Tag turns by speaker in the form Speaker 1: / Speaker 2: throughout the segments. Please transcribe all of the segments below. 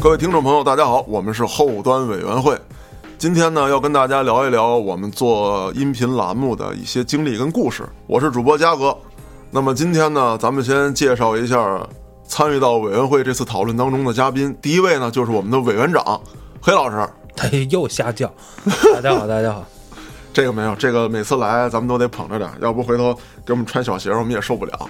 Speaker 1: 各位听众朋友，大家好，我们是后端委员会。今天呢，要跟大家聊一聊我们做音频栏目的一些经历跟故事。我是主播嘉哥。那么今天呢，咱们先介绍一下参与到委员会这次讨论当中的嘉宾。第一位呢，就是我们的委员长黑老师。
Speaker 2: 他又瞎叫。大家好，大家好，
Speaker 1: 这个没有，这个每次来咱们都得捧着点，要不回头给我们穿小鞋，我们也受不了。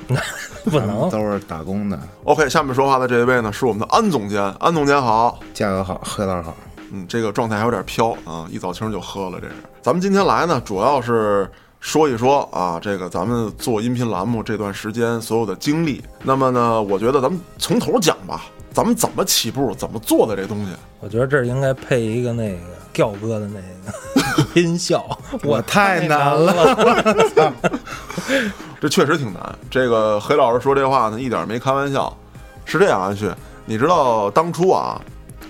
Speaker 2: 不
Speaker 3: 咱
Speaker 1: 哦
Speaker 3: 们
Speaker 2: 能
Speaker 3: 都是打工的，
Speaker 1: OK，下面说话的这一位呢，是我们的安总监。安总监好。
Speaker 3: 价格好，黑道 好。
Speaker 1: 嗯，这个状态还有点飘啊，一早清就喝了，这是。咱们今天来呢，主要是说一说啊，这个咱们做音频栏目这段时间所有的经历。那么呢，我觉得咱们从头讲吧，咱们怎么起步，怎么做的这东西。
Speaker 2: 我觉得这儿应该配一个那个吊哥的那个 音效，我
Speaker 3: 太
Speaker 2: 难
Speaker 3: 难
Speaker 2: 了。
Speaker 1: 这确实挺难。这个黑老师说这话呢，一点没开玩笑。是这样，安旭，你知道当初啊，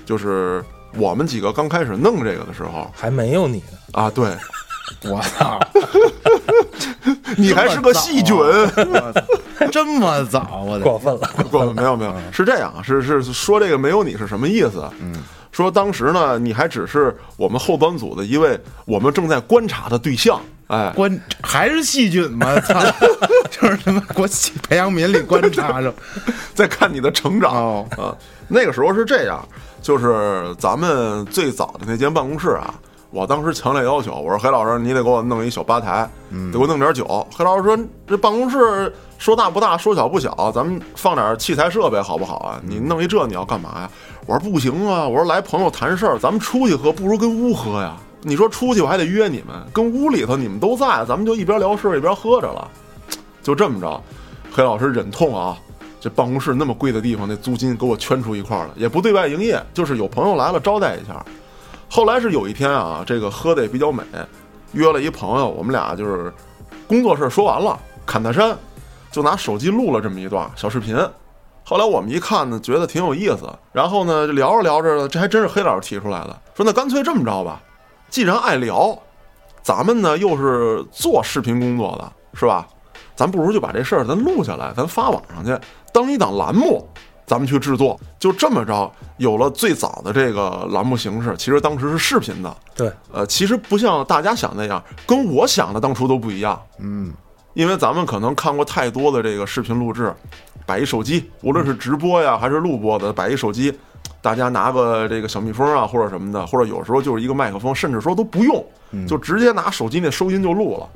Speaker 1: 就是我们几个刚开始弄这个的时候
Speaker 2: 还没有你呢，
Speaker 1: 啊，对
Speaker 3: 我操，
Speaker 1: 你还是个细菌。
Speaker 3: 我操这么早，啊我
Speaker 2: 过
Speaker 3: 得
Speaker 2: 分了。
Speaker 1: 不， 没有没有，是这样，是是说这个没有你是什么意思？嗯，说当时呢，你还只是我们后端组的一位我们正在观察的对象，哎，
Speaker 3: 观还是细菌吗？操， 就是他妈国际培养皿里观察着。
Speaker 1: 在看你的成长啊、
Speaker 3: 哦
Speaker 1: 那个时候是这样，就是咱们最早的那间办公室啊，我当时强烈要求，我说黑老师，你得给我弄一小吧台，得给我弄点酒。黑老师说，这办公室说大不大，说小不小，咱们放点器材设备好不好啊？你弄一这你要干嘛呀？我说不行啊，我说来朋友谈事儿，咱们出去喝不如跟屋喝呀。你说出去我还得约你们，跟屋里头你们都在，咱们就一边聊事儿一边喝着了。就这么着，黑老师忍痛啊，这办公室那么贵的地方，那租金给我圈出一块儿了，也不对外营业，就是有朋友来了招待一下。后来是有一天啊，这个喝的也比较美，约了一朋友，我们俩就是工作事说完了，砍大山，就拿手机录了这么一段小视频。后来我们一看呢，觉得挺有意思，然后呢聊着聊着，这还真是黑老师提出来的，说那干脆这么着吧，既然爱聊，咱们呢又是做视频工作的，是吧？咱不如就把这事儿咱录下来，咱发网上去，当一档栏目，咱们去制作。就这么着，有了最早的这个栏目形式。其实当时是视频的，
Speaker 2: 对，
Speaker 1: 呃，其实不像大家想那样，跟我想的当初都不一样。
Speaker 3: 嗯，
Speaker 1: 因为咱们可能看过太多的这个视频录制，摆一手机，无论是直播呀还是录播的，摆一手机，大家拿个这个小蜜蜂啊或者什么的，或者有时候就是一个麦克风，甚至说都不用，
Speaker 3: 嗯
Speaker 1: 就直接拿手机那收音就录了。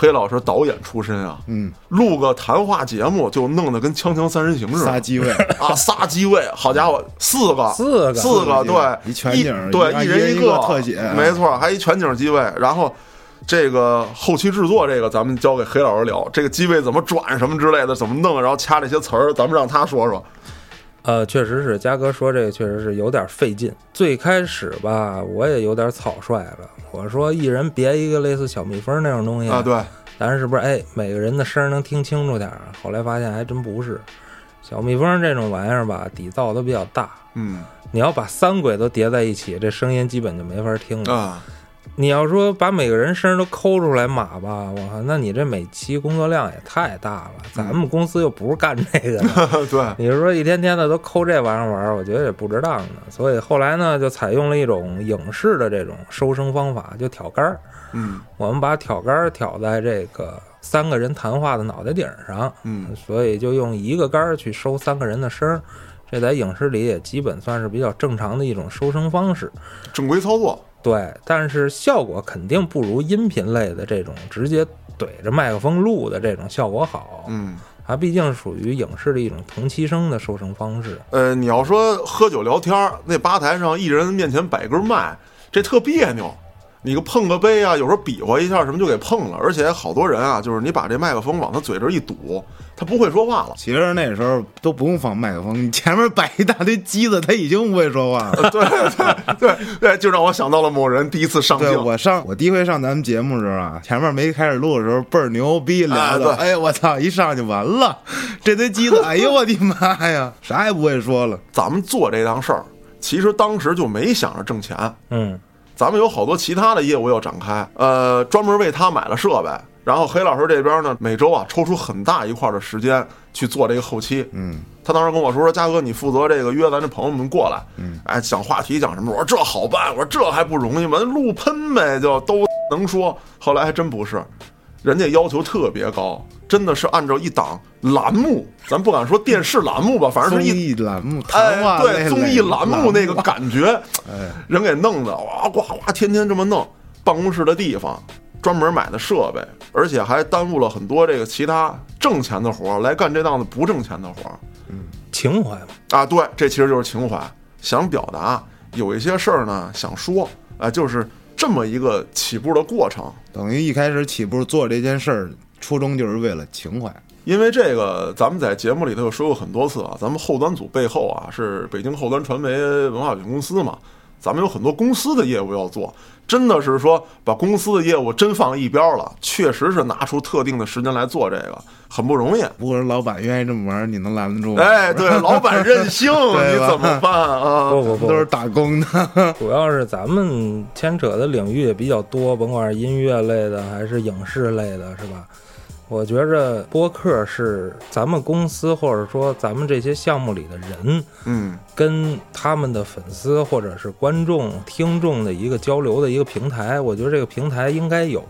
Speaker 1: 黑老师导演出身啊，
Speaker 3: 嗯，
Speaker 1: 录个谈话节目就弄得跟《锵锵三人行》似的，
Speaker 3: 仨机位，
Speaker 1: 啊，仨机位，好家伙，四个，
Speaker 2: 四个
Speaker 1: 四个，对，
Speaker 3: 一全景
Speaker 1: 一
Speaker 3: 一
Speaker 1: 对，人
Speaker 3: 人一
Speaker 1: 个
Speaker 3: 个特写啊
Speaker 1: 没错，还一全景机位。然后这个后期制作，这个咱们交给黑老师聊，这个机位怎么转什么之类的，怎么弄，然后掐这些词儿，咱们让他说说。
Speaker 2: 呃，确实是，嘉哥说这个确实是有点费劲。最开始吧，我也有点草率了。我说一人别一个类似小蜜蜂那种东西
Speaker 1: 啊，，对，
Speaker 2: 咱是不是哎每个人的声儿能听清楚点儿啊？后来发现还真不是，小蜜蜂这种玩意儿吧，底噪都比较大，
Speaker 1: 嗯
Speaker 2: 你要把三轨都叠在一起，这声音基本就没法听了。
Speaker 1: 啊，
Speaker 2: 你要说把每个人声儿都抠出来码吧，我靠，那你这每期工作量也太大了。咱们公司又不是干这个的，
Speaker 1: 对，
Speaker 2: 你是说一天天的都抠这玩意儿玩儿，我觉得也不值当的。所以后来呢，就采用了一种影视的这种收声方法，就挑杆儿。
Speaker 1: 嗯
Speaker 2: 我们把挑杆儿挑在这个三个人谈话的脑袋顶上，
Speaker 1: 嗯
Speaker 2: 所以就用一个杆儿去收三个人的声儿。这在影视里也基本算是比较正常的一种收声方式，
Speaker 1: 正规操作，
Speaker 2: 对。但是效果肯定不如音频类的这种直接怼着麦克风录的这种效果好，
Speaker 1: 嗯。
Speaker 2: 它毕竟属于影视的一种同期声的收声方式。
Speaker 1: 呃，你要说喝酒聊天儿，那吧台上一人面前摆根麦，这特别扭。你个碰个杯啊，有时候比划一下什么就给碰了，而且好多人啊，就是你把这麦克风往他嘴这儿一堵，他不会说话 了。
Speaker 3: 其实那时候都不用放麦克风，你前面摆一大堆机子，他已经不会说话了。
Speaker 1: 呃对对对对，就让我想到了某人第一次上
Speaker 3: 对
Speaker 1: 镜，
Speaker 3: 我上我第一回上咱们节目的时候啊，前面没开始录的时候倍儿牛逼聊的，
Speaker 1: 啊对
Speaker 3: 哎呀我操，一上去完了，这堆机子，哎呦我的妈呀，啥也不会说了。
Speaker 1: 咱们做 这档事儿，其实当时就没想着挣钱，
Speaker 2: 嗯，
Speaker 1: 咱们有好多其他的业务要展开，呃，专门为他买了设备。然后黑老师这边呢，每周啊抽出很大一块儿的时间去做这个后期。
Speaker 3: 嗯，
Speaker 1: 他当时跟我说说，嘉哥，你负责这个约咱这朋友们过来，嗯，哎，讲话题讲什么？我说这好办，我说这还不容易吗？路喷呗，就都能说。后来还真不是，人家要求特别高，真的是按照一档栏目，咱不敢说电视栏目吧，反正
Speaker 3: 综
Speaker 1: 是一
Speaker 3: 艺栏目谈
Speaker 1: 哎，
Speaker 3: 话类
Speaker 1: 对，
Speaker 3: 类啊
Speaker 1: 综艺栏目那个
Speaker 3: 栏
Speaker 1: 感觉，人给弄的，哇呱呱，天天这么弄，办公室的地方，专门买的设备，而且还耽误了很多这个其他挣钱的活儿来干这档子不挣钱的活儿
Speaker 2: 情怀嘛，
Speaker 1: 啊。对，这其实就是情怀，想表达有一些事儿呢想说，哎，就是这么一个起步的过程。
Speaker 3: 等于一开始起步做这件事儿，初衷就是为了情怀。
Speaker 1: 因为这个，咱们在节目里头有说过很多次啊，咱们后端组背后啊是北京后端传媒文化有限公司嘛，咱们有很多公司的业务要做，真的是说把公司的业务真放一边儿了，确实是拿出特定的时间来做这个，很不容易。
Speaker 3: 不过人老板愿意这么玩儿，你能拦得住吗？
Speaker 1: 哎，对，老板任性，
Speaker 3: 嗯对
Speaker 1: 你
Speaker 3: 吧
Speaker 1: 怎么办啊？
Speaker 2: 不不不
Speaker 3: 都，是打工的，
Speaker 2: 主要是咱们牵扯的领域也比较多，甭管是音乐类的还是影视类的，是吧？我觉着播客是咱们公司或者说咱们这些项目里的人
Speaker 1: 嗯，
Speaker 2: 跟他们的粉丝或者是观众、听众的一个交流的一个平台。我觉得这个平台应该有，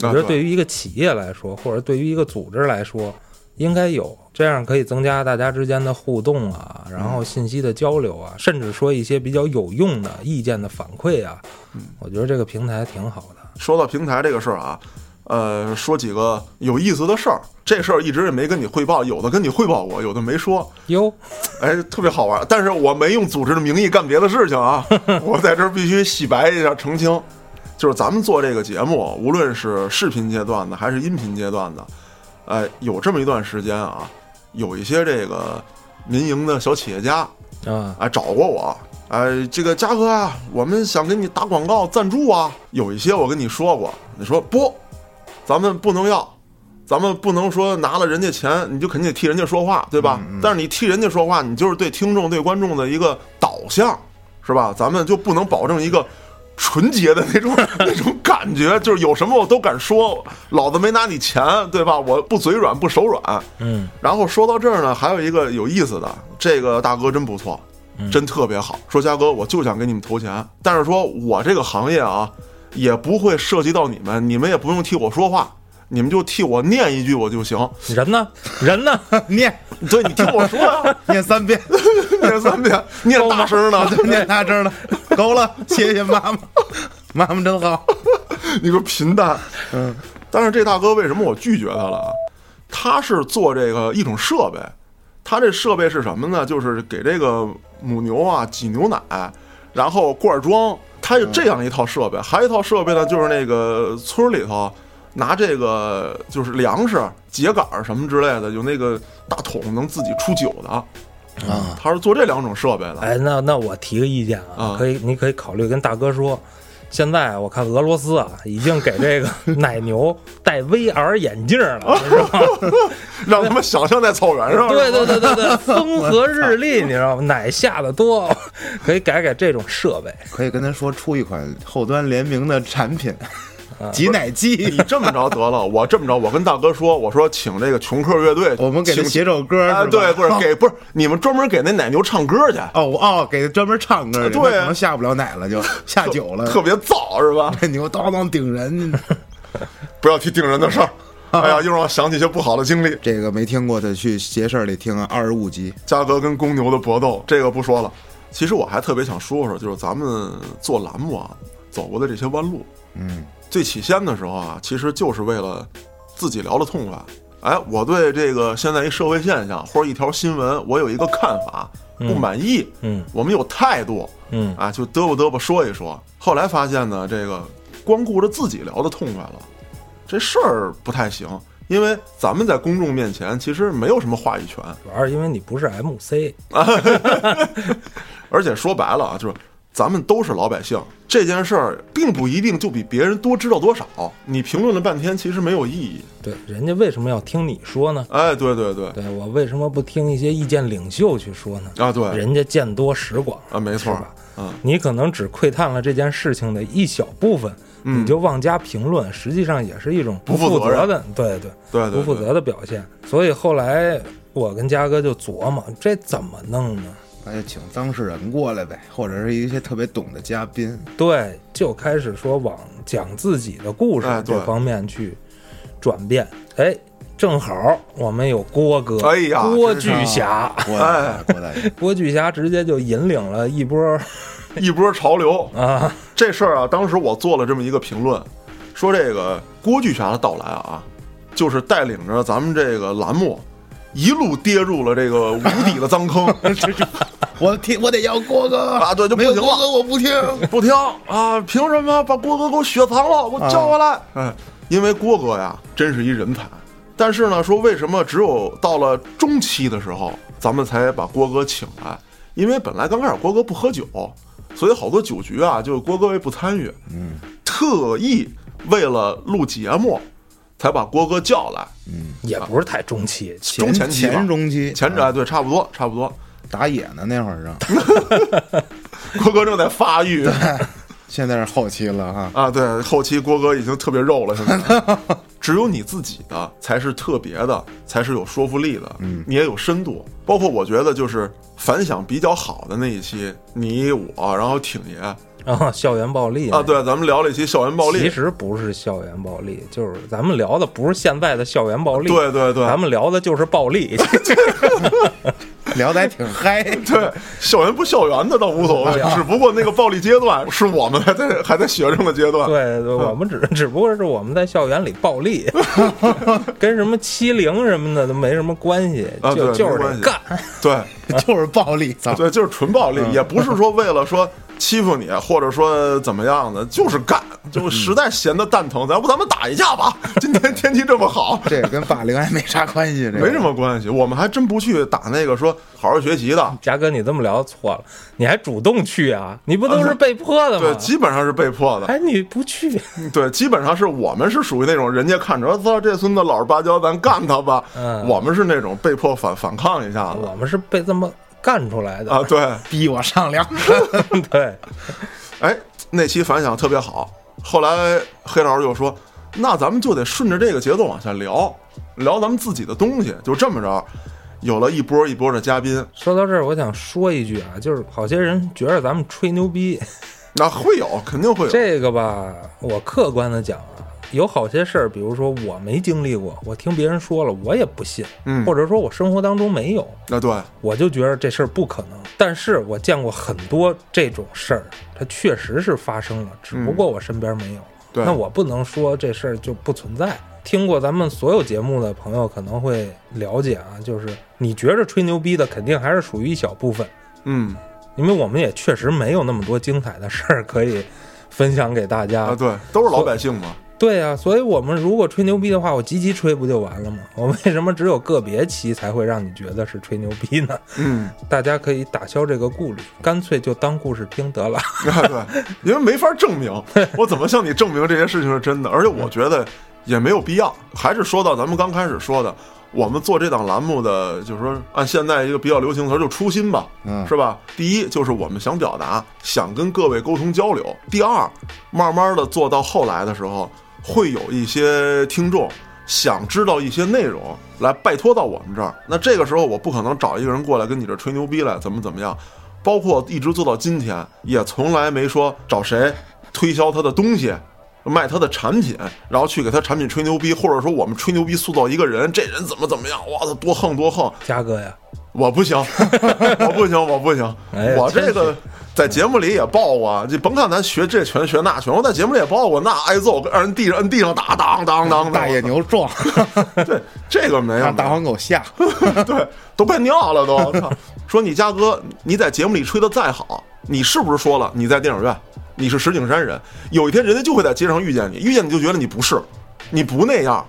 Speaker 2: 我
Speaker 1: 啊
Speaker 2: 觉得对于一个企业来说，或者对于一个组织来说，应该有，这样可以增加大家之间的互动啊，然后信息的交流啊，甚至说一些比较有用的意见的反馈啊，我觉得这个平台挺好的。
Speaker 1: 说到平台这个事儿啊，呃，说几个有意思的事儿。这事儿一直也没跟你汇报，有的跟你汇报过，有的没说。
Speaker 2: 哟，
Speaker 1: 哎，特别好玩。但是我没用组织的名义干别的事情啊，我在这儿必须洗白一下，澄清，就是咱们做这个节目，无论是视频阶段的还是音频阶段的，哎，有这么一段时间啊，有一些这个民营的小企业家，
Speaker 2: 啊，
Speaker 1: 哎，找过我，哎，这个嘉哥啊，我们想给你打广告赞助啊。有一些我跟你说过，你说不，咱们不能要，咱们不能说拿了人家钱你就肯定得替人家说话，对吧？但是你替人家说话，你就是对听众、对观众的一个导向，是吧？咱们就不能保证一个。纯洁的那种那种感觉，就是有什么我都敢说，老子没拿你钱，对吧？我不嘴软不手软，
Speaker 2: 嗯，
Speaker 1: 然后说到这儿呢，还有一个有意思的，这个大哥真不错，真特别好。说嘉哥，我就想给你们投钱，但是说我这个行业啊，也不会涉及到你们，你们也不用替我说话，你们就替我念一句我就行。
Speaker 2: 人呢？人呢？
Speaker 3: 念
Speaker 1: 对你听我说呀、
Speaker 3: 念三遍，
Speaker 1: 念三遍，念大声呢，
Speaker 3: 念他这了，够了， 谢谢妈妈，妈妈真好。
Speaker 1: 你个贫蛋。嗯，但是这大哥为什么我拒绝他了啊？他是做这个一种设备，他这设备是什么呢？就是给这个母牛啊挤牛奶，然后罐装，他有这样一套设备。还有一套设备呢，就是那个村里头拿这个就是粮食秸秆儿什么之类的，有那个大桶能自己出酒的啊。他是做这两种设备的。
Speaker 2: 哎，那那我提个意见
Speaker 1: 啊
Speaker 2: 啊，可以，你可以考虑跟大哥说。现在我看俄罗斯啊，已经给 这个奶牛戴 VR 眼镜了，
Speaker 1: 哦
Speaker 2: 你知道吗？
Speaker 1: 让他们想象在草原上。
Speaker 2: 对对对 对对，风和日丽，你知道吗？奶下的多，可以改改这种设备。
Speaker 3: 可以跟他说出一款后端联名的产品，
Speaker 1: 啊
Speaker 3: 挤奶
Speaker 1: 你
Speaker 3: 机，
Speaker 1: 这么着得了，我这么着，我跟大哥说，我说请这个穷客乐队，
Speaker 3: 我们给他
Speaker 1: 请
Speaker 3: 写首歌，
Speaker 1: 啊，
Speaker 3: 是吧
Speaker 1: 对，不是给不是你们专门给那奶牛唱歌 去，
Speaker 3: 哦我哦，给他专门唱歌的，
Speaker 1: 对
Speaker 3: 那可能下不了奶了，就下酒了，
Speaker 1: 特别燥是吧？
Speaker 3: 这牛当当顶人，
Speaker 1: 不要提定人的 事儿，哎呀，又让我想起一些不好的经历。
Speaker 3: 这个没听过的去邪事儿里听啊，二十五集，
Speaker 1: 嘉哥跟公牛的搏斗，这个不说了。其实我还特别想说说，就是咱们做栏目啊，走过的这些弯路。
Speaker 3: 嗯，
Speaker 1: 最起先的时候啊，其实就是为了自己聊的痛快。哎，我对这个现在一社会现象或者一条新闻，我有一个看法，不满意，
Speaker 2: 嗯
Speaker 1: 我们有态度，
Speaker 2: 嗯，
Speaker 1: 啊，就嘚吧嘚吧说一说。后来发现呢，这个光顾着自己聊的痛快了，这事儿不太行，因为咱们在公众面前其实没有什么话语权，
Speaker 2: 主要是因为你不是 MC，
Speaker 1: 而且说白了啊，就是咱们都是老百姓，这件事儿并不一定就比别人多知道多少。你评论了半天，其实没有意义。
Speaker 2: 对，人家为什么要听你说呢？
Speaker 1: 哎，对对对，
Speaker 2: 对我为什么不听一些意见领袖去说呢？
Speaker 1: 啊对
Speaker 2: 人家见多识广
Speaker 1: 啊没错
Speaker 2: 是吧
Speaker 1: 嗯
Speaker 2: 你可能只窥探了这件事情的一小部分，你就妄加评论，实际上也是一种
Speaker 1: 嗯不负
Speaker 2: 负
Speaker 1: 责任
Speaker 2: 的，对对
Speaker 1: 对对对
Speaker 2: 不负责的表现。所以后来我跟嘉哥就琢磨这怎么弄呢？
Speaker 3: 那就哎请当事人过来呗，或者是一些特别懂的嘉宾。
Speaker 2: 对，就开始说往讲自己的故事
Speaker 1: 哎对
Speaker 2: 这方面去转变。哎，正好我们有郭哥，
Speaker 1: 哎呀
Speaker 2: 郭
Speaker 1: 真啊
Speaker 2: 巨侠，
Speaker 3: 郭
Speaker 1: 哎
Speaker 3: 大爷，郭大爷，
Speaker 2: 郭巨侠直接就引领了一波
Speaker 1: 一波潮流。
Speaker 2: 啊，
Speaker 1: 这事儿啊，当时我做了这么一个评论，说这个郭巨侠的到来啊，就是带领着咱们这个栏目一路跌入了这个无底的脏坑
Speaker 3: 我听，我得要郭哥
Speaker 1: 啊，对，就不
Speaker 3: 没有
Speaker 1: 行
Speaker 3: 郭哥
Speaker 1: 了，
Speaker 3: 我不听。
Speaker 1: 不听啊，凭什么把郭哥给我雪藏了？给我叫回来！哎，因为郭哥呀，真是一人才。但是呢，说为什么只有到了中期的时候，咱们才把郭哥请来？因为本来刚开始郭哥不喝酒，所以好多酒局啊，就郭哥也不参与。嗯，特意为了录节目，才把郭哥叫来。
Speaker 2: 也不是太中期，其
Speaker 1: 中前期吧
Speaker 3: 前中期，啊
Speaker 1: 前者哎，对，差不多，差不多。
Speaker 3: 打野呢那会儿是，
Speaker 1: 郭哥正在发育
Speaker 3: 现在是后期了啊。
Speaker 1: 啊，对，后期郭哥已经特别肉了，现在。 只有你自己的才是特别的，才是有说服力的，嗯，你也有深度。包括我觉得就是反响比较好的那一期，你我，然后挺爷啊，
Speaker 2: 啊，校园暴力那个
Speaker 1: 对，咱们聊了一期校园暴
Speaker 2: 其
Speaker 1: 力，
Speaker 2: 实不是校园暴力，就是咱们聊的不是现在的校园暴力，
Speaker 1: 对对对
Speaker 2: 咱们聊的就是 暴力，
Speaker 3: 聊得还挺嗨。
Speaker 1: 对，校园不校园的倒无所
Speaker 2: 哎
Speaker 1: 谓，只不过那个暴力阶段是我们还在还在学生的阶段，
Speaker 2: 对，对我们只只不过是我们在校园里 暴力，跟什么欺凌什么的都没什么关系，
Speaker 1: 啊对
Speaker 2: 就就是
Speaker 1: 没关
Speaker 2: 得
Speaker 1: 系
Speaker 2: 干，
Speaker 1: 对
Speaker 3: 就是暴力，操！
Speaker 1: 对，就是纯暴力，
Speaker 2: 嗯
Speaker 1: 也不是说为了说欺负你，或者说怎么样的，就是干，
Speaker 2: 嗯
Speaker 1: 就实在闲得蛋疼，咱不咱们打一架吧？今天天气这么 好，
Speaker 3: 这跟霸凌还没啥关系，这个
Speaker 1: 没什么关系，我们还真不去打那个说好好学习的，
Speaker 2: 嘉哥，你这么聊错了，你还主动去啊？你不都是被迫的
Speaker 1: 对，
Speaker 2: 吗？
Speaker 1: 基本上是被迫的，
Speaker 2: 嗯哎，你不 去，
Speaker 1: 对，基本上是我们是属于那种人家看着，我操，这孙子老实巴交，咱干他吧，
Speaker 2: 嗯
Speaker 1: 我们是那种被迫反反抗一下子
Speaker 2: 我们是被这么干出来的。
Speaker 1: 啊，对，
Speaker 3: 逼我 上梁山，
Speaker 2: 对，
Speaker 1: 哎，那期反响特别好。后来黑老师就说：“那咱们就得顺着这个节奏往下聊，聊咱们自己的东西。”就这么着，有了一波一波的嘉宾。
Speaker 2: 说到这儿，我想说一句啊，就是好些人觉得咱们吹牛逼，
Speaker 1: 那会有，肯定会有。
Speaker 2: 这个吧，我客观的讲啊，有好些事儿，比如说我没经历过，我听别人说了，我也不信，
Speaker 1: 嗯
Speaker 2: 或者说我生活当中没有，
Speaker 1: 那啊对，
Speaker 2: 我就觉得这事儿不可能。但是我见过很多这种事儿，它确实是发生了，只不过我身边没有。
Speaker 1: 嗯对
Speaker 2: 那我不能说这事儿就不存在。听过咱们所有节目的朋友可能会了解啊，就是你觉着吹牛逼的，肯定还是属于一小部分，
Speaker 1: 嗯
Speaker 2: 因为我们也确实没有那么多精彩的事儿可以分享给大家。
Speaker 1: 啊，对，都是老百姓嘛。
Speaker 2: 对啊，所以我们如果吹牛逼的话，我积极吹不就完了吗？ 我为什么只有个别期才会让你觉得是吹牛逼呢？
Speaker 1: 嗯，
Speaker 2: 大家可以打消这个顾虑，干脆就当故事听得了。
Speaker 1: 啊对，因为没法证明，我怎么向你证明这些事情是真的？而且我觉得也没有必要。还是说到咱们刚开始说的，我们做这档栏目的，就是说按现在一个比较流行词儿，就初心吧，
Speaker 3: 嗯
Speaker 1: 是吧？第一就是我们想表达，想跟各位沟通交流；第二，慢慢的做到后来的时候，会有一些听众。想知道一些内容来拜托到我们这儿，那这个时候我不可能找一个人过来跟你这吹牛逼来，怎么怎么样，包括一直做到今天，也从来没说找谁推销他的东西。卖他的产品，然后去给他产品吹牛逼，或者说我们吹牛逼塑造一个人，这人怎么怎么样，哇操，多横多横，
Speaker 2: 嘉哥呀，
Speaker 1: 我不行， 我不行，我不行，
Speaker 2: 哎呀
Speaker 1: 我这个在节目里也报过，就甭看咱学这拳学那拳，我在节目里也报过，那挨揍，让人地上摁地上打，当当当当，
Speaker 3: 大野牛撞，
Speaker 1: 对这个没有
Speaker 3: 让 大黄狗吓，
Speaker 1: 对，都快尿了都。操说你嘉哥，你在节目里吹的再好，你是不是说了你在电影院，你是石景山人？有一天人家就会在街上遇见你，遇见你就觉得你不是，你不那样。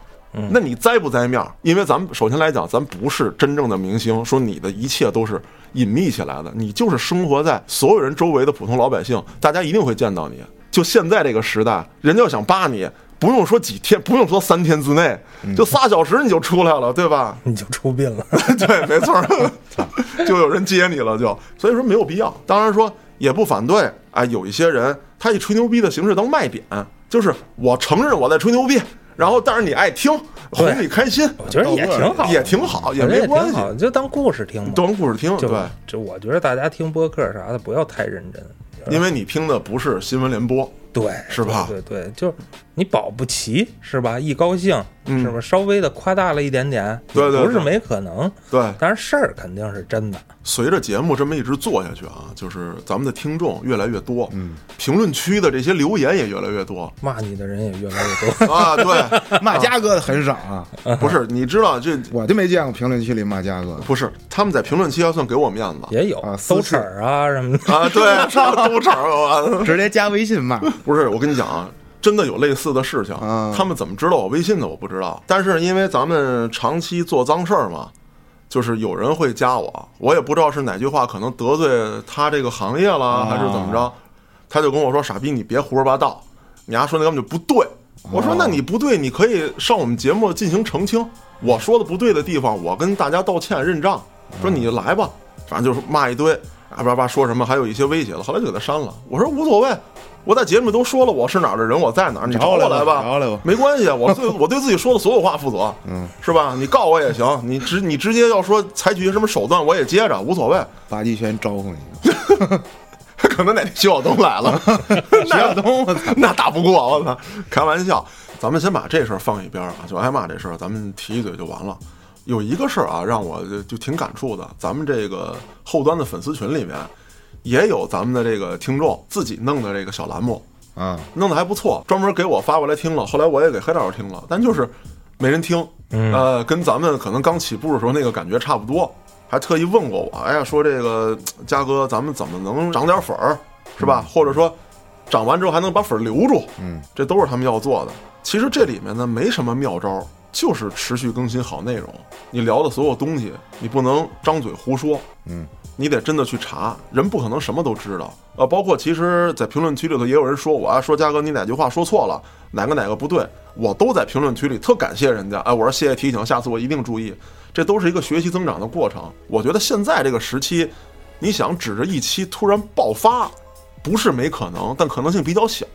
Speaker 1: 那你栽不栽面儿？因为咱们首先来讲，咱不是真正的明星，说你的一切都是隐秘起来的，你就是生活在所有人周围的普通老百姓，大家一定会见到你。就现在这个时代，人家要想扒你，不用说几天，不用说三天之内，就仨小时你就出来了，对吧？
Speaker 2: 你就出殡了。
Speaker 1: 对，没错儿，就有人接你了就，所以说没有必要。当然说也不反对，啊哎，有一些人他以吹牛逼的形式当卖点，就是我承认我在吹牛逼，然后但是你爱听，哄你开心，
Speaker 2: 我觉得也挺好，
Speaker 1: 也挺好，也
Speaker 2: 反正
Speaker 1: 没
Speaker 2: 也
Speaker 1: 关
Speaker 2: 挺
Speaker 1: 系，
Speaker 2: 好，就当故事听嘛。
Speaker 1: 当故事听，
Speaker 2: 就
Speaker 1: 对，
Speaker 2: 就我觉得大家听播客啥的不要太认真，
Speaker 1: 因为你听的不是新闻联播，
Speaker 2: 对，
Speaker 1: 是吧
Speaker 2: 对对，对就是你保不齐是吧？一高兴
Speaker 1: 嗯
Speaker 2: 是吧？稍微的夸大了一点点，
Speaker 1: 对对
Speaker 2: 不是
Speaker 1: 对
Speaker 2: 没可能，
Speaker 1: 对。
Speaker 2: 但是事儿肯定是真的。
Speaker 1: 随着节目这么一直做下去啊，就是咱们的听众越来越多，嗯，评论区的这些留言也越来越多，
Speaker 2: 骂你的人也越来越多
Speaker 1: 啊。 对，
Speaker 3: 骂嘉哥的很少啊，
Speaker 1: 不是，你知道这
Speaker 3: 我就没见过评论区里骂嘉哥的。
Speaker 1: 不是他们在评论区还算给我面子
Speaker 2: 也有
Speaker 3: 啊私
Speaker 2: 搜
Speaker 3: 事
Speaker 2: 尺儿啊什么的。
Speaker 1: 啊。对，都成我。
Speaker 3: 直接加微信骂，
Speaker 1: 不是，我跟你讲啊，真的有类似的事情。
Speaker 3: 啊
Speaker 1: 他们怎么知道我微信的？我不知道。但是因为咱们长期做脏事儿嘛，就是有人会加我，我也不知道是哪句话可能得罪他这个行业了，还是怎么着，他就跟我说：“傻逼，你别胡说八道，你丫说那根本就不对。”我
Speaker 3: 哦
Speaker 1: 说：“那你不对，你可以上我们节目进行澄清。我说的不对的地方，我跟大家道歉认账。说你来吧，反正就是骂一堆，啊叭叭说什么，还有一些威胁的。后来就给他删了。我说无所谓，我在节目里都说了我是哪儿的人，我在哪儿，你找我来吧，
Speaker 3: 找我来吧
Speaker 1: 没关系，啊我对我对自己说的所有话负 责，嗯，是吧？你告我也行，你直你直接要说采取什么手段，我也接着，无所谓。
Speaker 3: 八极拳招呼你。
Speaker 1: 可能哪天徐晓东来了，
Speaker 3: 徐晓东，我操！
Speaker 1: 那打不过我操！开玩笑，咱们先把这事儿放一边儿啊，就挨骂这事儿，咱们提一嘴就完了。有一个事儿啊，让我就就挺感触的，咱们这个后端的粉丝群里面，也有咱们的这个听众自己弄的这个小栏目，
Speaker 3: 啊，
Speaker 1: 弄得还不错，专门给我发过来听了，后来我也给黑老师听了，但就是没人听，呃，跟咱们可能刚起步的时候那个感觉差不多，还特意问过我，哎呀，说这个嘉哥，咱们怎么能涨点粉儿，是吧？或者说涨完之后还能把粉儿留住，
Speaker 3: 嗯，
Speaker 1: 这都是他们要做的。其实这里面呢没什么妙招，就是持续更新好内容。你聊的所有东西，你不能张嘴胡说，
Speaker 3: 嗯，
Speaker 1: 你得真的去查，人不可能什么都知道。呃，包括其实，在评论区里头也有人说我啊，说嘉哥你哪句话说错了，哪个哪个不对，我都在评论区里特感谢人家。哎，我说谢谢提醒，下次我一定注意。这都是一个学习增长的过程。我觉得现在这个时期，你想指着一期突然爆发，不是没可能，但可能性比较小。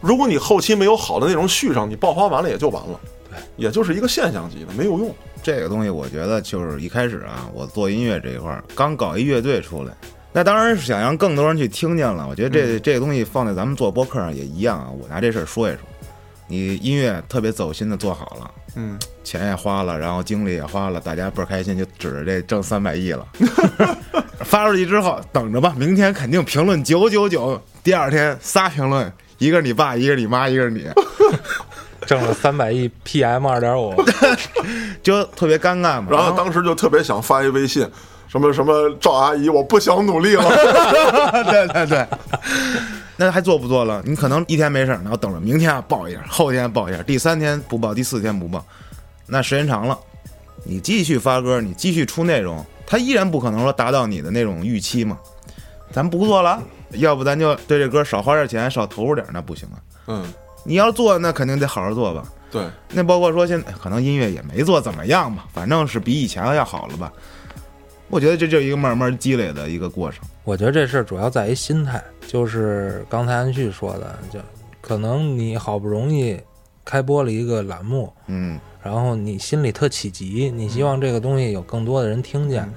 Speaker 1: 如果你后期没有好的内容续上，你爆发完了也就完了，对，也就是一个现象级的，没有用。
Speaker 3: 这个东西我觉得就是一开始啊，我做音乐这一块儿，刚搞一乐队出来，那当然是想让更多人去听见了。我觉得
Speaker 1: 嗯
Speaker 3: 这、这个东西放在咱们做播客上也一样啊，我拿这事儿说一说。你音乐特别走心的做好了，
Speaker 1: 嗯，
Speaker 3: 钱也花了，然后精力也花了，大家倍儿开心，就指着这挣三百亿了。 发出去之后，等着吧，明天肯定评论九九九。第二天仨评论，一个是你爸，一个是你妈，一个是你，
Speaker 2: 挣了三百亿 PM 二点五，
Speaker 3: 就特别尴尬嘛。
Speaker 1: 然后当时就特别想发一微信，什么什么赵阿姨，我不想努力了。
Speaker 3: 对对对，那还做不做了？你可能一天没事儿，然后等着明天啊报一下，后天报一下，第三天不报，第四天不报，那时间长了，你继续发歌，你继续出内容，它依然不可能说达到你的那种预期嘛。咱不做了，要不咱就对这歌少花点钱，少投入点儿，那不行啊。
Speaker 1: 嗯，
Speaker 3: 你要做，那肯定得好好做吧。
Speaker 1: 对，
Speaker 3: 那包括说现在可能音乐也没做怎么样吧，反正是比以前要好了吧。我觉得这就是一个慢慢积累的一个过程。
Speaker 2: 我觉得这事儿主要在于心态，就是刚才安旭说的，就可能你好不容易开播了一个栏目，
Speaker 3: 嗯，
Speaker 2: 然后你心里特起急，你希望这个东西有更多的人听见，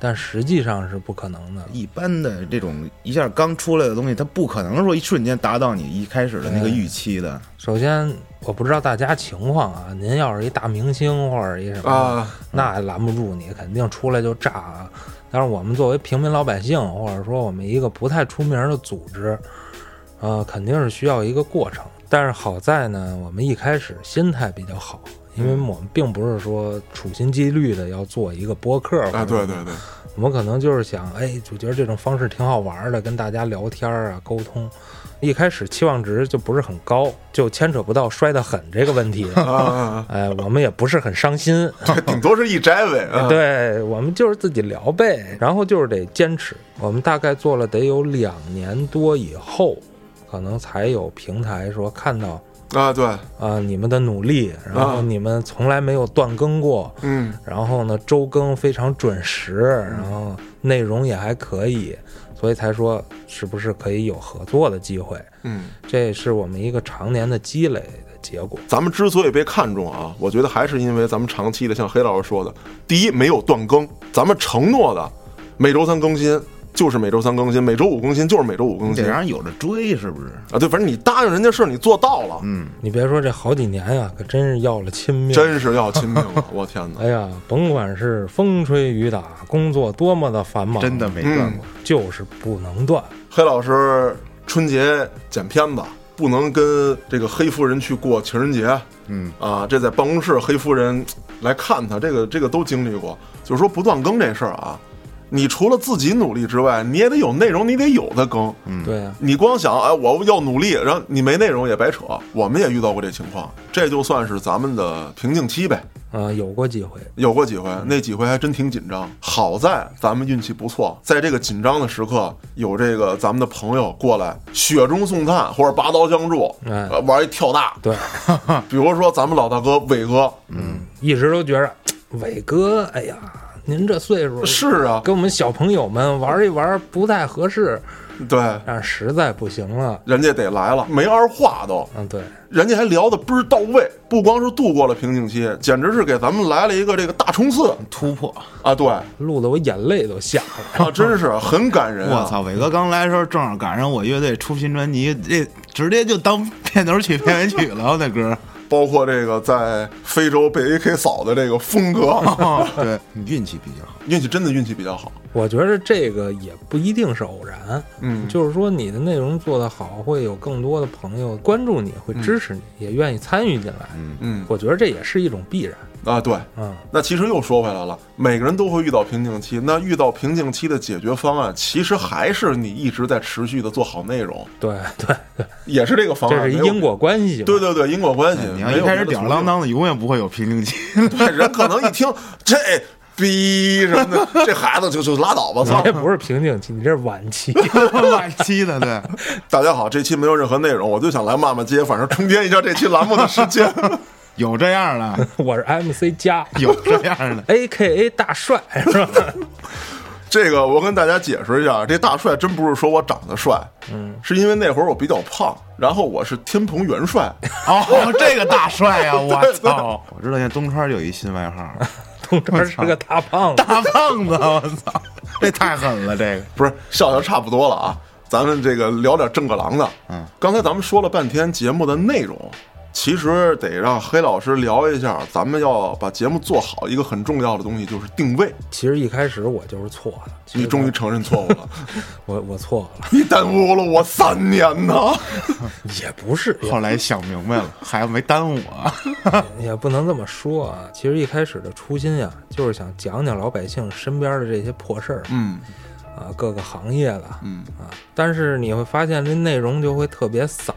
Speaker 2: 但实际上是不可能的。
Speaker 3: 一般的这种一下刚出来的东西，它不可能说一瞬间达到你一开始的
Speaker 1: 哎
Speaker 3: 那个预期的。
Speaker 2: 首先，我不知道大家情况啊，您要是一大明星或者一什么，
Speaker 1: 啊
Speaker 2: 那拦不住你，肯定出来就炸啊。但是我们作为平民老百姓，或者说我们一个不太出名的组织，呃，肯定是需要一个过程。但是好在呢，我们一开始心态比较好，因为
Speaker 1: 嗯
Speaker 2: 我们并不是说处心积虑的要做一个播客或者
Speaker 1: 啊，对对对，
Speaker 2: 我们可能就是想，哎，就觉得这种方式挺好玩儿的，跟大家聊天儿啊，沟通。一开始期望值就不是很高，就牵扯不到摔得狠这个问题。
Speaker 1: 啊啊，啊
Speaker 2: 哎，我们也不是很伤心，
Speaker 1: 这顶多是一摘尾。啊，
Speaker 2: 对我们就是自己聊呗，然后就是得坚持。我们大概做了得有两年多以后，可能才有平台说看到
Speaker 1: 啊，对，
Speaker 2: 啊、你们的努力，然后
Speaker 1: 啊
Speaker 2: 你们从来没有断更过，
Speaker 1: 嗯，
Speaker 2: 然后呢，周更非常准时，然后内容也还可以，所以才说是不是可以有合作的机会？
Speaker 1: 嗯，
Speaker 2: 这是我们一个常年的积累的结果。
Speaker 1: 咱们之所以被看重啊，我觉得还是因为咱们长期的，像黑老师说的，第一没有断更，咱们承诺的每周三更新就是每周三更新，每周五更新就是每周五更
Speaker 3: 你
Speaker 1: 新
Speaker 3: 得让
Speaker 1: 啊。
Speaker 3: 人有着追，是不是？
Speaker 1: 对，反正你答应人家事儿，你做到了，
Speaker 3: 嗯，
Speaker 2: 你别说这好几年啊，可真是要了亲命。
Speaker 1: 真是要亲命了，我天哪！
Speaker 2: 哎呀，甭管是风吹雨打，工作多么的繁
Speaker 1: 哦
Speaker 2: 忙，
Speaker 3: 真的没断
Speaker 1: 嗯
Speaker 3: 过。
Speaker 2: 就是不能断。
Speaker 1: 黑老师春节剪片子，不能跟这个黑夫人去过情人节。
Speaker 3: 嗯
Speaker 1: 啊，这在办公室黑夫人来看他，这个这个都经历过。就是说不断更这事儿啊，你除了自己努力之外，你也得有内容，你得有的更。
Speaker 2: 对啊，
Speaker 1: 你光想哎，我要努力，然后你没内容也白扯。我们也遇到过这情况，这就算是咱们的瓶颈期呗。
Speaker 2: 啊、有过几回，
Speaker 1: 有过几回，
Speaker 3: 嗯
Speaker 1: 那几回还真挺紧张。好在咱们运气不错，在这个紧张的时刻，有这个咱们的朋友过来雪中送炭或者拔刀相助，
Speaker 2: 哎
Speaker 1: 呃玩一跳大。
Speaker 2: 对，
Speaker 3: 嗯
Speaker 1: 比如说咱们老大哥伟哥，
Speaker 2: 一直都觉着伟哥，哎呀，您这岁数
Speaker 1: 是啊，
Speaker 2: 跟我们小朋友们玩一玩不太合适，
Speaker 3: 嗯
Speaker 1: 对，
Speaker 2: 但是实在不行了，
Speaker 1: 人家得来了，没二话都，
Speaker 2: 嗯，对，
Speaker 1: 人家还聊的倍儿到位，不光是度过了瓶颈期，简直是给咱们来了一个这个大冲刺
Speaker 3: 突破！
Speaker 1: 啊！对
Speaker 2: 录的我眼泪都下 来了。
Speaker 1: 啊，真 是很感人、
Speaker 3: 我
Speaker 1: 啊。
Speaker 3: 操，伟哥刚来的时候，正好赶上我乐队出新专辑，这直接就当片头曲、片尾曲了，我 那歌。
Speaker 1: 包括这个在非洲被 AK 扫的这个风 格，
Speaker 3: 对你运气比较好，
Speaker 1: 运气真的运气比较好。
Speaker 2: 我觉得这个也不一定是偶然，
Speaker 1: 嗯，
Speaker 2: 就是说你的内容做得好，会有更多的朋友关注你，会支持你，也愿意参与进来。
Speaker 1: 嗯
Speaker 2: 我觉得这也是一种必然。
Speaker 1: 啊，对。
Speaker 2: 嗯，
Speaker 1: 那其实又说回来了，每个人都会遇到瓶颈期。那遇到瓶颈期的解决方案，其实还是你一直在持续的做好内容，
Speaker 2: 对对，
Speaker 1: 也是这个方案。
Speaker 2: 这是一
Speaker 1: 哦没有
Speaker 2: 因。果关系嘛。
Speaker 1: 对对对，因果关系。
Speaker 3: 哎你要
Speaker 1: 哎没
Speaker 3: 一
Speaker 1: 有
Speaker 3: 开
Speaker 1: 别
Speaker 3: 始
Speaker 1: 的
Speaker 3: 吊儿
Speaker 1: 途
Speaker 3: 郎
Speaker 1: 径
Speaker 3: 当的，永远不会有瓶颈期。
Speaker 1: 对，人可能一听这逼什么的，这孩子就就拉倒吧，
Speaker 2: 你
Speaker 1: 操
Speaker 2: 这！不是瓶颈期，你这是晚期。
Speaker 3: 晚期的，对，
Speaker 1: 大家好，这期没有任何内容，我就想来骂骂街，反正中间一下这期栏目的时间。
Speaker 3: 有这样的，
Speaker 2: 我是 MC 加。
Speaker 3: 有这样的
Speaker 2: ，A K A 大帅是吧？
Speaker 1: 这个我跟大家解释一下，这大帅真不是说我长得帅，嗯，是因为那会儿我比较胖，然后我是天蓬元帅，
Speaker 3: 哦，这个大帅呀、我操！我知道现在东川有一新外号，
Speaker 2: 东川是个大胖子，
Speaker 3: 大胖子，我操， 这太狠了，这个。
Speaker 1: 不是笑笑差不多了啊，咱们这个聊点正个郎的。
Speaker 3: 嗯，
Speaker 1: 刚才咱们说了半天节目的内容，其实得让黑老师聊一下，咱们要把节目做好一个很重要的东西就是定位。
Speaker 2: 其实一开始我就是错的，其
Speaker 1: 你
Speaker 2: 实
Speaker 1: 终于承认错误了，
Speaker 2: 我我错了，
Speaker 1: 你耽误了我三年呢。
Speaker 2: 也不是，
Speaker 3: 后来想明白了，孩子没耽误我。
Speaker 2: 也也不能这么说啊。其实一开始的初心呀、就是想讲讲老百姓身边的这些破事儿
Speaker 1: 嗯
Speaker 2: 啊，各个行业的
Speaker 1: 嗯
Speaker 2: 啊。但是你会发现这内容就会特别散，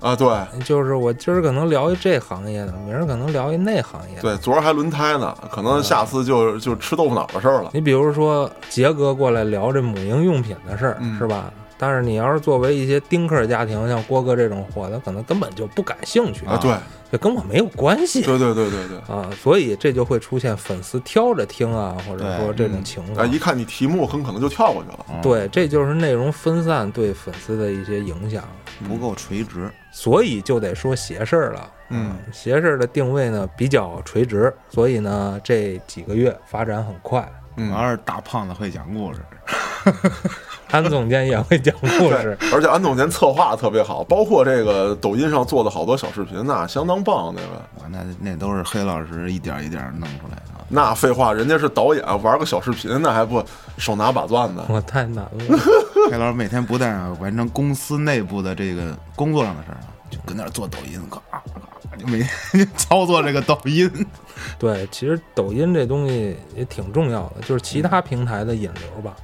Speaker 1: 啊，对
Speaker 2: 就是我今儿可能聊一这行业的，明儿可能聊一那行业的。
Speaker 1: 对，昨儿还轮胎呢，可能下次就就吃豆腐脑的事儿了。
Speaker 2: 你比如说杰哥过来聊这母婴用品的事儿，
Speaker 1: 嗯
Speaker 2: 是吧？但是你要是作为一些丁克家庭，像郭哥这种货，他可能根本就不感兴趣
Speaker 1: 啊，对
Speaker 2: 这跟我没有关系
Speaker 1: 对对对对对。
Speaker 2: 啊，所以这就会出现粉丝挑着听啊，或者
Speaker 3: 对
Speaker 2: 说这种情
Speaker 1: 啊，
Speaker 2: 况。
Speaker 1: 一看你题目，很可能就跳过去了。
Speaker 2: 对，这就是内容分散对粉丝的一些影响，
Speaker 3: 不够垂直，
Speaker 2: 所以就得说邪事儿了。啊
Speaker 1: 嗯，
Speaker 2: 邪事儿的定位呢比较垂直，所以呢这几个月发展很快。
Speaker 1: 嗯
Speaker 3: 完事儿大胖子会讲故事，
Speaker 2: 安总监也会讲故
Speaker 1: 对
Speaker 2: 事，，
Speaker 1: 而且安总监策划特别好，包括这个抖音上做的好多小视频呐、相当棒那个。
Speaker 3: 我那那都是黑老师一点一点弄出来 的。
Speaker 1: 那废话，人家是导演，玩个小视频，那还不手拿把攥的？
Speaker 2: 我太难了。
Speaker 3: 黑老师每天不但啊完成公司内部的这个工作上的事儿啊，就跟那儿做抖音，嘎嘎嘎，就每天操作这个抖音。
Speaker 2: 对，其实抖音这东西也挺重要的，就是其他平台的引流吧。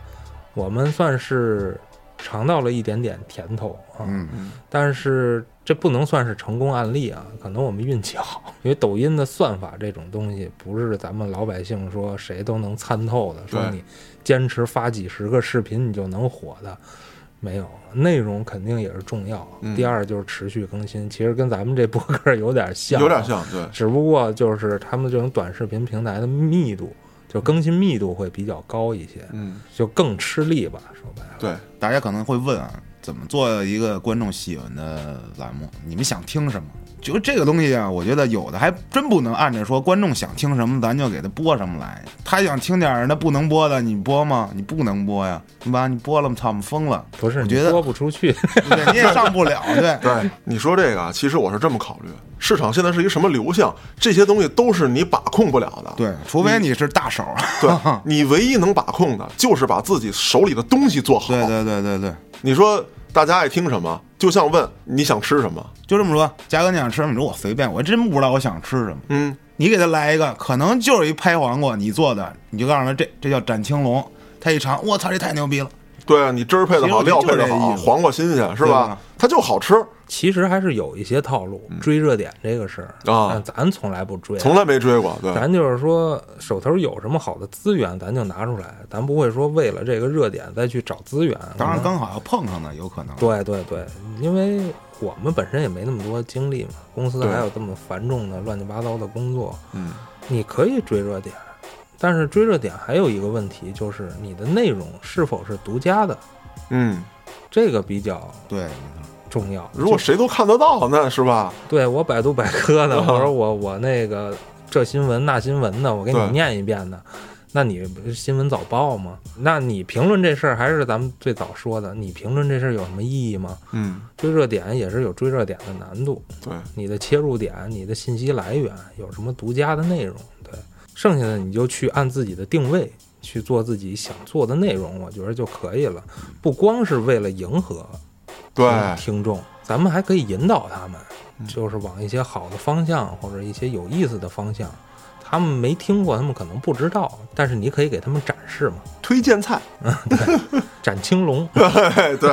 Speaker 2: 我们算是尝到了一点点甜头啊，
Speaker 3: 嗯，
Speaker 2: 但是这不能算是成功案例啊，可能我们运气好， 因为抖音的算法这种东西不是咱们老百姓说谁都能参透的，说
Speaker 1: 对
Speaker 2: 你坚持发几十个视频你就能火的。没有内容肯定也是重要，
Speaker 1: 嗯
Speaker 2: 第二就是持续更新，其实跟咱们这博客有点像啊，
Speaker 1: 有点像，对，
Speaker 2: 只不过就是他们这种短视频平台的密度就更新密度会比较高一些，
Speaker 1: 嗯，
Speaker 2: 就更吃力吧。说白了，
Speaker 1: 对，
Speaker 3: 大家可能会问啊，怎么做一个观众喜欢的栏目？你们想听什么？就这个东西啊，我觉得有的还真不能按着说观众想听什么，咱就给他播什么来。他想听点儿那不能播的，你播吗？你不能播呀，对吧？你播了，操，我们疯了。
Speaker 2: 不是
Speaker 3: 我
Speaker 2: 你
Speaker 3: 觉得
Speaker 2: 播不出 去，
Speaker 3: 对，你也上不了， 对。
Speaker 1: 对，你说这个啊，其实我是这么考虑，市场现在是一个什么流向，这些东西都是你把控不了的。
Speaker 3: 对，除非你是大手儿，
Speaker 1: 对， 你唯一能把控的就是把自己手里的东西做好。
Speaker 3: 对对对对对，
Speaker 1: 你说大家爱听什么，就像问你想吃什么，
Speaker 3: 就这么说。嘉哥，你想吃什么？你说我随便，我真不知道我想吃什么。
Speaker 1: 嗯，
Speaker 3: 你给他来一个，可能就是一拍黄瓜你做的，你就告诉他这这叫斩青龙。他一尝，我操，这太牛逼了！
Speaker 1: 对啊，你汁儿配的好，
Speaker 3: 其实
Speaker 1: 料
Speaker 3: 我觉
Speaker 1: 配
Speaker 3: 得就
Speaker 1: 的
Speaker 3: 这
Speaker 1: 好，
Speaker 3: 意思
Speaker 1: 黄瓜新鲜是
Speaker 3: 对啊
Speaker 1: 吧
Speaker 3: 吧？
Speaker 1: 它就好吃，
Speaker 2: 其实还是有一些套路，
Speaker 3: 嗯
Speaker 2: 追热点这个事儿
Speaker 1: 啊
Speaker 2: 但咱从来不追，啊
Speaker 1: 从来没追过。对，
Speaker 2: 咱就是说手头有什么好的资源，咱就拿出来，咱不会说为了这个热点再去找资源。
Speaker 3: 当然
Speaker 2: 可能
Speaker 3: 刚好要碰上的，有可能。
Speaker 2: 嗯对对对，因为我们本身也没那么多精力嘛，公司
Speaker 1: 对
Speaker 2: 还有这么繁重的乱七八糟的工作，
Speaker 1: 嗯，
Speaker 2: 你可以追热点，但是追热点还有一个问题就是你的内容是否是独家的，
Speaker 1: 嗯，
Speaker 2: 这个比较
Speaker 3: 对，没错
Speaker 2: 重要。
Speaker 1: 如果谁都看得到，那是吧？
Speaker 2: 对我百度百科的，
Speaker 1: 啊
Speaker 2: 或者我我那个这新闻那新闻的，我给你
Speaker 1: 对
Speaker 2: 念一遍的。那你不是新闻早报吗？那你评论这事儿还是咱们最早说的，你评论这事儿有什么意义吗？
Speaker 1: 嗯，
Speaker 2: 追热点也是有追热点的难度，
Speaker 1: 对，
Speaker 2: 你的切入点、你的信息来源有什么独家的内容？对，剩下的你就去按自己的定位去做自己想做的内容，我觉得就可以了。不光是为了迎合
Speaker 1: 对，
Speaker 2: 听众，咱们还可以引导他们，就是往一些好的方向或者一些有意思的方向。他们没听过，他们可能不知道，但是你可以给他们展示嘛，
Speaker 1: 推荐菜，
Speaker 2: 展青龙。
Speaker 1: 哎对对，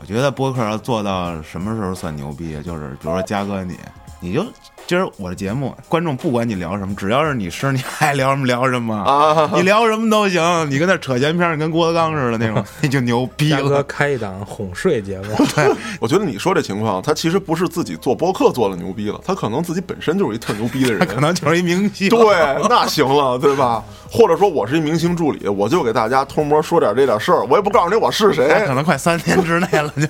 Speaker 3: 我觉得播客要做到什么时候算牛逼，啊就是比如说嘉哥你，你就今儿我的节目，观众不管你聊什么，只要是你是你爱聊什么聊什么，
Speaker 1: 啊，
Speaker 3: 你聊什么都行，你跟那扯闲篇儿，你跟郭德纲似的那种，那就牛逼
Speaker 2: 嘉哥
Speaker 3: 了。
Speaker 2: 开一档哄睡节目，
Speaker 1: 我觉得你说这情况，他其实不是自己做播客做的牛逼了，他可能自己本身就是一特牛逼的人，
Speaker 3: 可能就是一明星，
Speaker 1: 对，那行了，对吧？或者说我是一明星助理，我就给大家偷摸说点这点事儿，我也不告诉你我是
Speaker 3: 哎
Speaker 1: 谁
Speaker 3: 可。能快三年之内了，就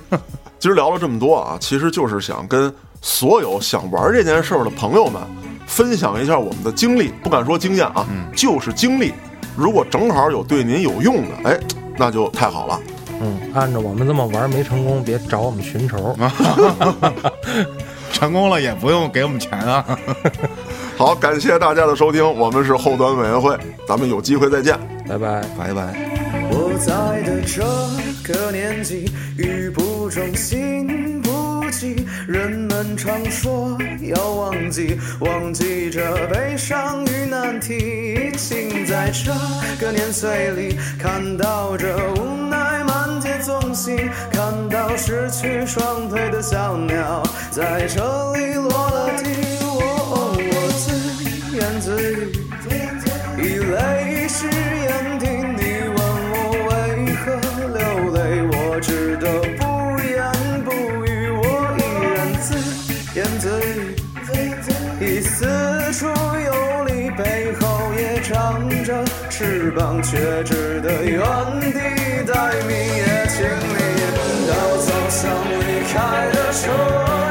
Speaker 1: 今儿聊了这么多啊，其实就是想跟所有想玩这件事儿的朋友们分享一下我们的经历，不敢说经验啊，就是经历。如果正好有对您有用的，哎，那就太好了。
Speaker 2: 嗯，按照我们这么玩没成功，别找我们寻仇。
Speaker 3: 成功了也不用给我们钱啊。
Speaker 1: 好，感谢大家的收听，我们是后端委员会，咱们有机会再见。
Speaker 2: 拜拜。
Speaker 3: 拜拜。
Speaker 4: 我在的这个年纪，语不中心不急。人们常说要忘记，忘记这悲伤与难题。请在这个年岁里，看到这无奈满街纵行，看到失去双腿的小鸟在这里落了地。哦我自言自语，以泪湿眼底，你问我为何流泪，我只得不言不语，我依然自言自语，以四处游离，背后也长着翅膀，却只得原地待命，也请你等到走向离开的车。